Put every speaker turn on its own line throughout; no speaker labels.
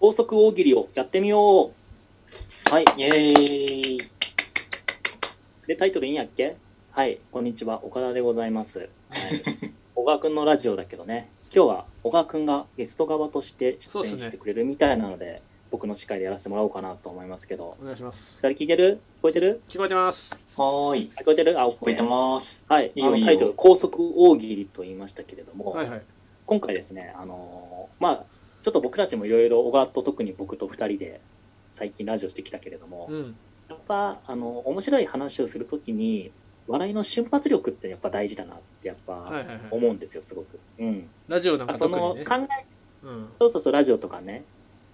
高速大喜利をやってみよう。はい。
イエーイ。
で、タイトルいいんやっけはい。こんにちは。岡田でございます。はい、 小川くんのラジオだけどね、今日は小川くんがゲスト側として
そう
出
っす
演
ね
してくれるみたいなので、僕の司会でやらせてもらおうかなと思いますけど、
お願いします
二人聞いてる聞こえてる
聞こえてます
はーい。
あ聞こえてるあ、
聞こえてます。
はい。
いいよ
あの
いいよ
タイトル、高速大喜利と言いましたけれども、
はいはい
今回ですね、あのーまあ、ちょっと僕たちもいろいろ小川と特に僕と2人で最近ラジオしてきたけれども、
うん
やっぱあの面白い話をするときに笑いの瞬発力ってやっぱ大事だなってやっ
はい
ぱ
はいはい
思うんですよ、すごく。うん、
ラジオなんか
そ
特
の
に
考
ね
え
うん
そうそうそうラジオとかね、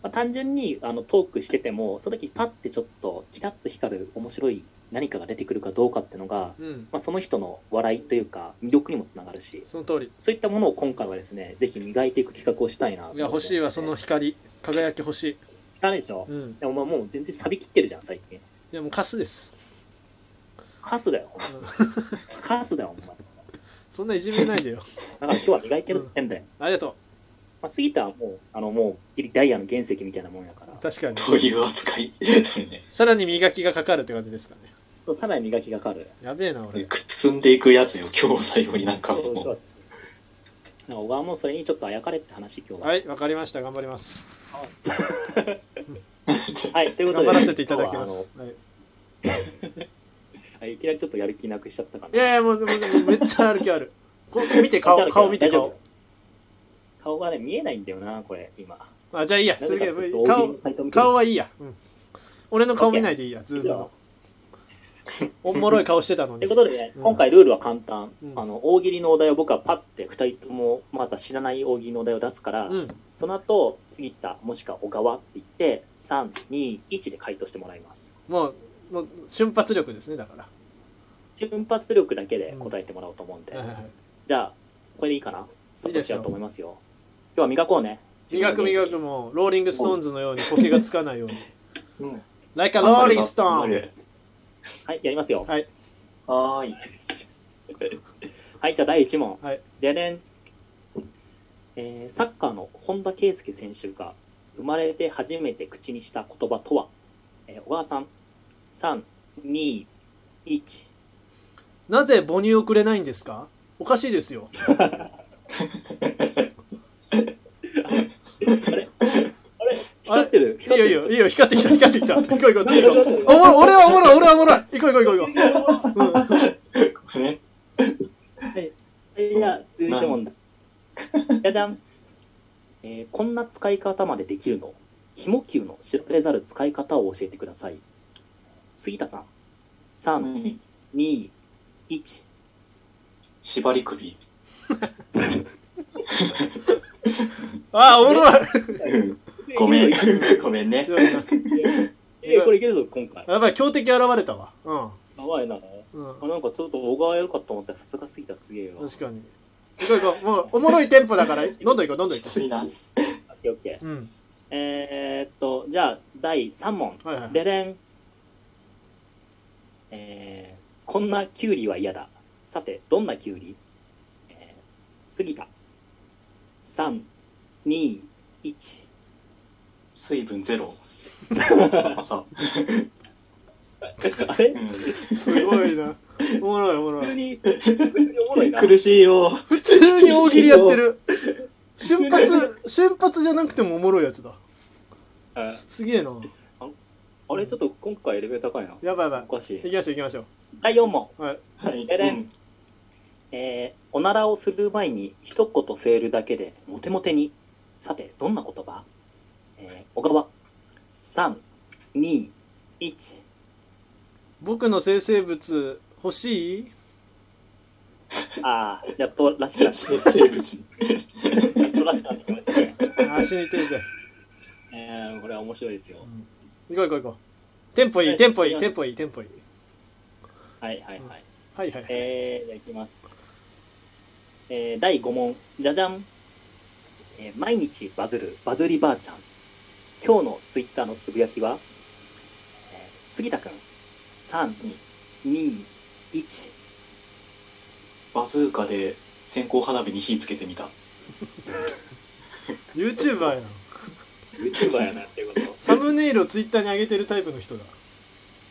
まあ、単純にあのトークしててもその時パッてちょっとキラッと光る面白い何かが出てくるかどうかっていうのが、
うん
まあ、その人の笑いというか魅力にもつながるし
その通り
そういったものを今回はですねぜひ磨いていく企画をしたいなと思っ
い
て
や欲しいわその光輝き欲しい
あれでしょ、
うん
でもまあもう全然錆び切ってるじゃん最近
いやもうカスです
カスだよ
うん
カスだよお前
そんないじめないでよ
だから今日は磨いてるって言ってんだよ、
ありがと
まあ、杉田はもう、あの、もう、ギリダイヤの原石みたいなもんやか
う
ら、
確かに
どういう扱い それね。
さらに磨きがかかるって感じですかね
さらに磨きがかかる。
やべえな俺
くっつんでいくやつよ。今日最後になんかも。
そうそううなんか小川もそれにちょっとあやかれって話、今日は。
はいわかりました頑張ります
はい、ということ
頑
で、
張らせていただきま
今日は
すはい
あの。いきなりちょっとやる気なくしちゃったか
い
な。
やいやもうでもでもめっちゃ歩きあるこ見て
大丈
顔
夫
顔見て。
大丈
顔
夫顔がね、見えないんだよな、これ、今。
あじゃあいいや
なぜ
続
か
け
ずっと大喜利
顔
のサイト見てる
顔はいいや、うん、俺の顔見ないでいいやズームのおもろい顔してたの
とい
に
うことでね、
うん
今回ルールは簡単。
うん
あの、大喜利のお題を僕はパッて2人ともまた知らない大喜利のお題を出すから、
うん
その後、杉田もしくは小川って言って、3、2、1で回答してもらいます。
もうもう瞬発力ですねだから
瞬発力だけで答えてもらおうと思うんで。
はいはいはい
じゃあ、これでいいかなスタートしよう
いいですよ
と思いますよ。今日は磨こうね。
磨く磨くもうローリングストーンズのように苔がつかないように
うん。
Like a rolling stone
はい、やりますよ。はい、
はい
はーい。
じゃあ第1問。
はい
ででん、えーサッカーの本田圭佑選手が生まれて初めて口にした言葉とは、えー小川さん、3、2、1。
なぜ母乳をくれないんですかおかしいですよ
あれ光
あれ
ってる。
いいよいいよいいよ光ってきた光ってきた行こう行こ
光
う行
って
こ
る
うおも俺はおもろい俺はおもろい行こう行こう行こう行こう、うん
これね。
じゃあ、続いて問題。 じゃじゃん。えーこんな使い方までできるの。ひも球の知られざる使い方を教えてください。杉田さん。
う
3、
ん
2、1。
縛り首。
あーおもろい
うんごめん。 ごめん ね。
強いな
えー、これい けるぞ、今回。
やばい強敵現れたわ
やばいな。
うん、うん
あなんかちょっと小川やるかと思ったらさすが杉田すげえよ。
確かに。行こう行こう。もう、おもろいテンポだから、どんどん行こう、どんどん
き
行こ
ついな。
オッケーオッケー
う。うん。
えー、っと、じゃあ、第3問。
はいはい。
ででん。えー、こんなキュウリは嫌だ。さて、どんなキュウリえー、杉田。3、2、1。
水分ゼロ。朝。
あれ
うん
すごいな。おもろいおもろ
普通
い。
に、普通におもろ いな。
苦しいよ。
普通に大喜利やってる。瞬発、瞬発じゃなくてもおもろいやつだ。
うん
すげえな。
あれ、ちょっと今回エレベーター高いな。
やばいやばい
お。かし
行
い。
きましょう行きましょう。
第4問。
はい。
でで
うん
えー、おならをする前に一言セールだけでモテモテに。さて、どんな言葉えー、小川。3、2、1。
僕の生成物欲しい
ああ、やっとらしく なって
生生物。
やっとらしくなってきましたね。
あ、死にてるぜ。
えー、これは面白いですよ
う。ん行こう行こう行こう。テンポいい、テンポいい、テンポいい、テンポいい。
はいはいはい。
はいはいはい。
えー、じゃあいきます。えー、第5問。じゃじゃん。えー毎日バズる、バズりばあちゃん。今日のツイッターのつぶやきは、えー、杉田くん。3、2、1。
バズーカで線香花火に火つけてみた。
YouTuber やん。
YouTuber やなっていうこと
サムネイルをツイッターに上げてるタイプの人だ、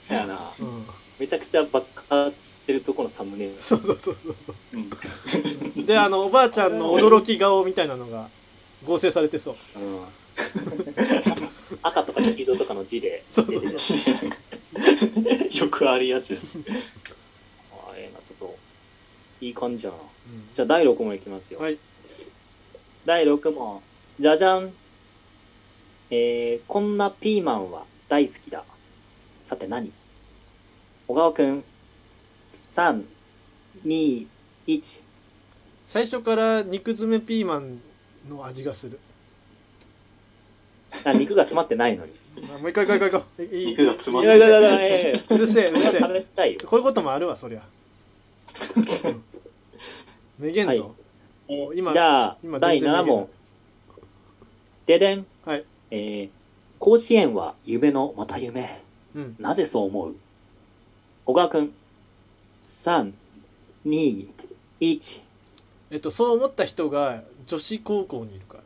だよな
うん、
めちゃくちゃ爆発してるとこのサムネイル
そうそうそうそうそ
うん。
うであのおばあちゃんの驚き顔みたいなのが合成されてそう
うん赤とか黄色とかの字で
そう
出
そう
てる
よくあるやつです。
ああええなちょっといい感じやな
うん
じゃあ第6問いきますよ
はい
第6問じゃじゃんえー、こんなピーマンは大好きださて何小川くん321
最初から肉詰めピーマンの味がする
あ肉が詰まって ないのに
あもう一回一回一回一回いいいい
肉が詰まっ
いやいやいやい
て。
やいやいう
るせえうるせ
や
え
食べたいよ
こういうこともあるわそりゃうんめげん
は
ぞ、
いえー
今
じゃあ
今
第
全然
7問ででん、
はい
えー甲子園は夢のまた夢
うん
なぜそう思う小川くん321
えっとそう思った人が女子高校にいるから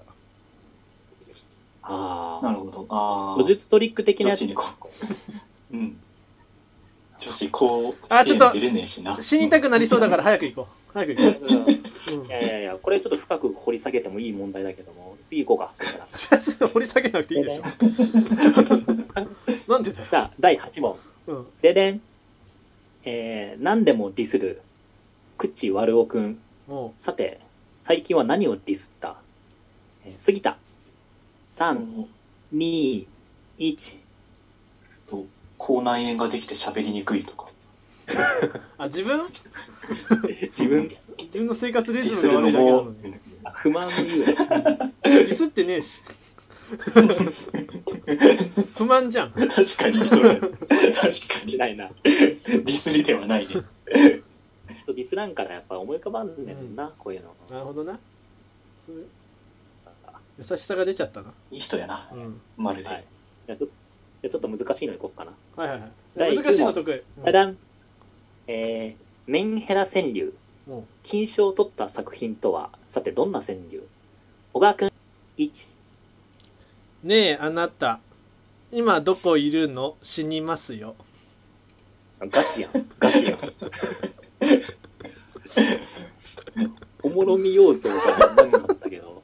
あ
な
あ
るほど。ああ。
武術トリック的な
女
やつ
子にこう。うん。女子こう。
あちょっと
出れねえしな。
死にたくなりそうだから早く行こう早く行こう、うん
いやいやいやこれちょっと深く掘り下げてもいい問題だけども次行こうかそしたら
そりゃそう掘り下げなくていいで しょなんでだよ
じ、ゃあ第8問
うん、
ででん、えー、何でもディスる口悪おくん
も
さて、最近は何をディスった、えー杉田。3、2、1。
と口内炎ができて喋りにくいとか。
うあ自分
自分、
自分の生活リ
ディ
ズ
ス
ムが
る
悪
の
いだけな
も
のに
不満を言うな。
ディスってねえし 不満じゃん
確かにそれ確かに
しないな。
ディスりではないね
ディスらんからやっぱ思い浮かばんねんな、こういうの。
なるほどなそういう優しさが出ちゃったな、
いい人やな
うん、
まるで、
はいじゃあちょじゃあちょっと難しいのいこうかな。
はいはいは
第
い
一問
難しいの得意、
ただん、えー、メンヘラ川柳。
うんも
金賞を取った作品とは、さてどんな川柳小川くん、1。
うねえあなた今どこいるの死にますよ
ガチや ん。ガチやん。おもろみ要素がなかったけど。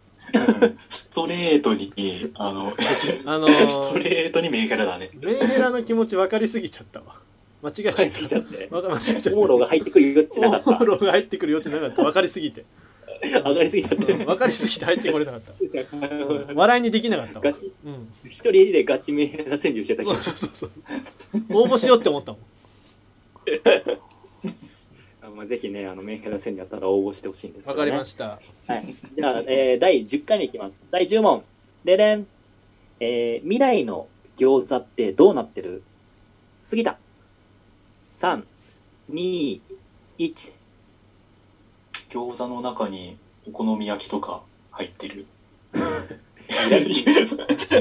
うんストレートにあのス
あの
ト
ー、
レートに銘柄だね
メンヘラの気持ち分かりすぎちゃったわ間違え
入
ち
っ
ゃって
きちゃ
た
って。
わか間違えちゃった
おもろが入ってくるよっちなかっ
おも
た。
ろが入ってくる余地なかった分かりすぎて
上がりすぎちゃっ
うん
て。
分かりすぎて入ってこれなかったうん笑いにできなかった
ガ
わ、
チ、
うん、
一人でガチメンヘラ川柳してたけ
そ
ど
う、そうそうそう応募しようって思ったもん
あまあ、ぜひね、あのメンヘラ川柳やったら応募してほしいんですけ
分
ど
か
ね
りました
じゃあ、えー第10回目いきます。第10問。ででん。えー未来の餃子ってどうなってる過ぎた。3、2、1。
餃子の中にお好み焼きとか入ってる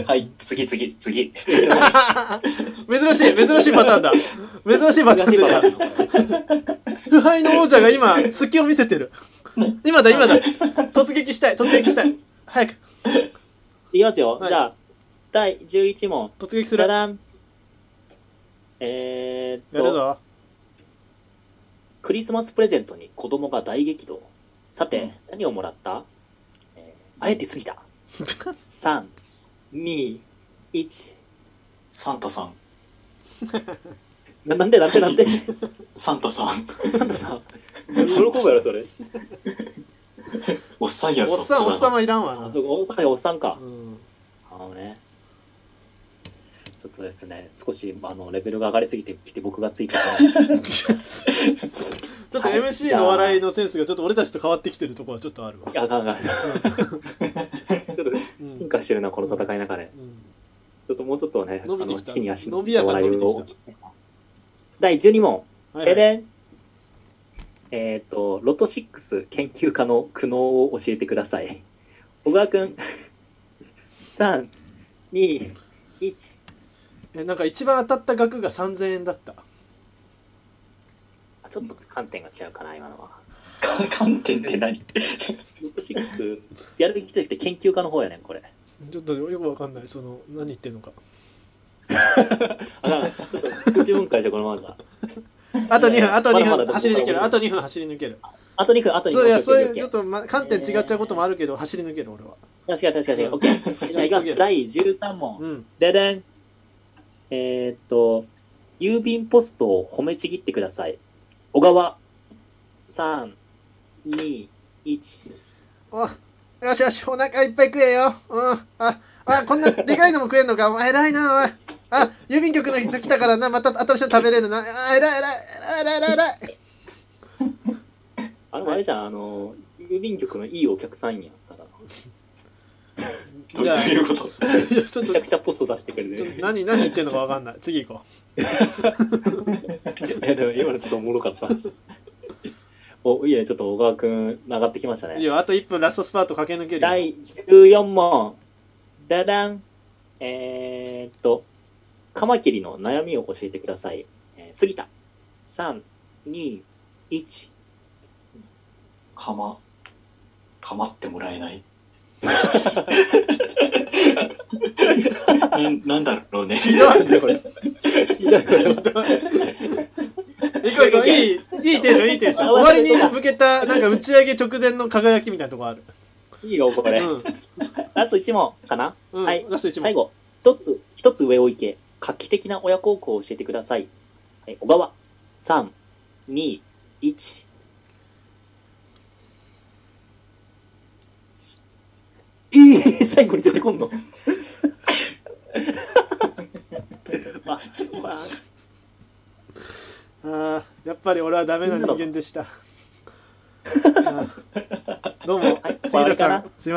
はい次次次
珍しい珍しいパターンだ珍しいパターン出た腐敗の王者が今隙を見せてる今だ今だ突撃したい突撃したい早く
いきますよ。
はい
じゃあ、第11問。
突撃す
ダ
るや
ダン。えー、
る
っと、
ぞ
クリスマスプレゼントに子供が大激怒。さて、
うん
何をもらった、えーあえて過ぎた。3、2、1。
サンタさん
ななんでなんで なんで
サンタさん
なんださ。喜ぶやろ、それ。
おっさんやぞ
おっさんおっさんはいらんわ
あ
な
そこ、大阪おっさんか
う。ん
あのね。ちょっとですね、少しあのレベルが上がりすぎてきて僕がつ いてた。
ちょっと MC の笑いのセンスがちょっと俺たちと変わってきてるところはちょっとあるわ
い、や、あかんあかん。ちょっと
うん
進化してるな、この戦いの中で。
うん
ちょっともうちょっとね、あ
伸びて
の
きた
地に足
伸びやかに伸びてきた
を第12問、
はいは
で
い
でん。えっ、と、ロト6研究家の苦悩を教えてください。小川くん、3、2、1。
えなんか一番当たった額が3000円だった
あちょっと観点が違うかな、今のは。
観点って何
ロト6、やるべき人って研究家の方やねん、これ。
ちょっとよくわかんないその何言って んのか
あら、ちょっと口分解じゃこのままじゃ。
あと2分あと2分、
まだまだ
走り抜けるあと2分走り抜ける
あと2分、あと2分。
そういや
OK
そういう
OK
ちょっと、ま、観点違っちゃうこともあるけど走り抜ける俺は
確かに確かに。OK。じゃあいきます。第13問。
うん
ででん。えーっと、郵便ポストを褒めちぎってください。小川、3、2、1。
およしよしお腹いっぱい食えようんああこんなでかいのも食えんのかお前偉いなおいあ郵便局の人来たからなまた新しいの食べれるなあ偉い偉い偉い偉い偉い
あれ、あれじゃん、あの、郵便局のいいお客さんやったら、め
ど
いうやい
いうこと
やちょっと
ちゃくちゃポスト出してくれ
ちょっ
る
と。何何言ってんのかわかんない次行こ
いや、でも今のちょっとおもろか った。お、いいね、ちょっと小川くん、上がってきました
ういい
ね。
よあと1分ラストスパート駆け抜けるよ
第14問。ダダン。えーっと、カマキリの悩みを教えてください。えー、杉田。3、2、1。
かま、かまってもらえ ない。ななんだろうね。
ひどい
これ。ひどいこれ。
行こう行こういいいいテンションいいテンション終わりに向けたなんか打ち上げ直前の輝きみたいなとこある
いいよ、これ。ラスト1問かな
うん、うん
はい
ラスト1問
最後。一つ、一つ上を行け。画期的な親孝行を教えてください。はい、小川。3、2、1。えー、最後に出てこんのまあ、まあ、
あーやっぱり俺はダメな人間でしたあーどうも杉田
終わりか
さ
なん
すいません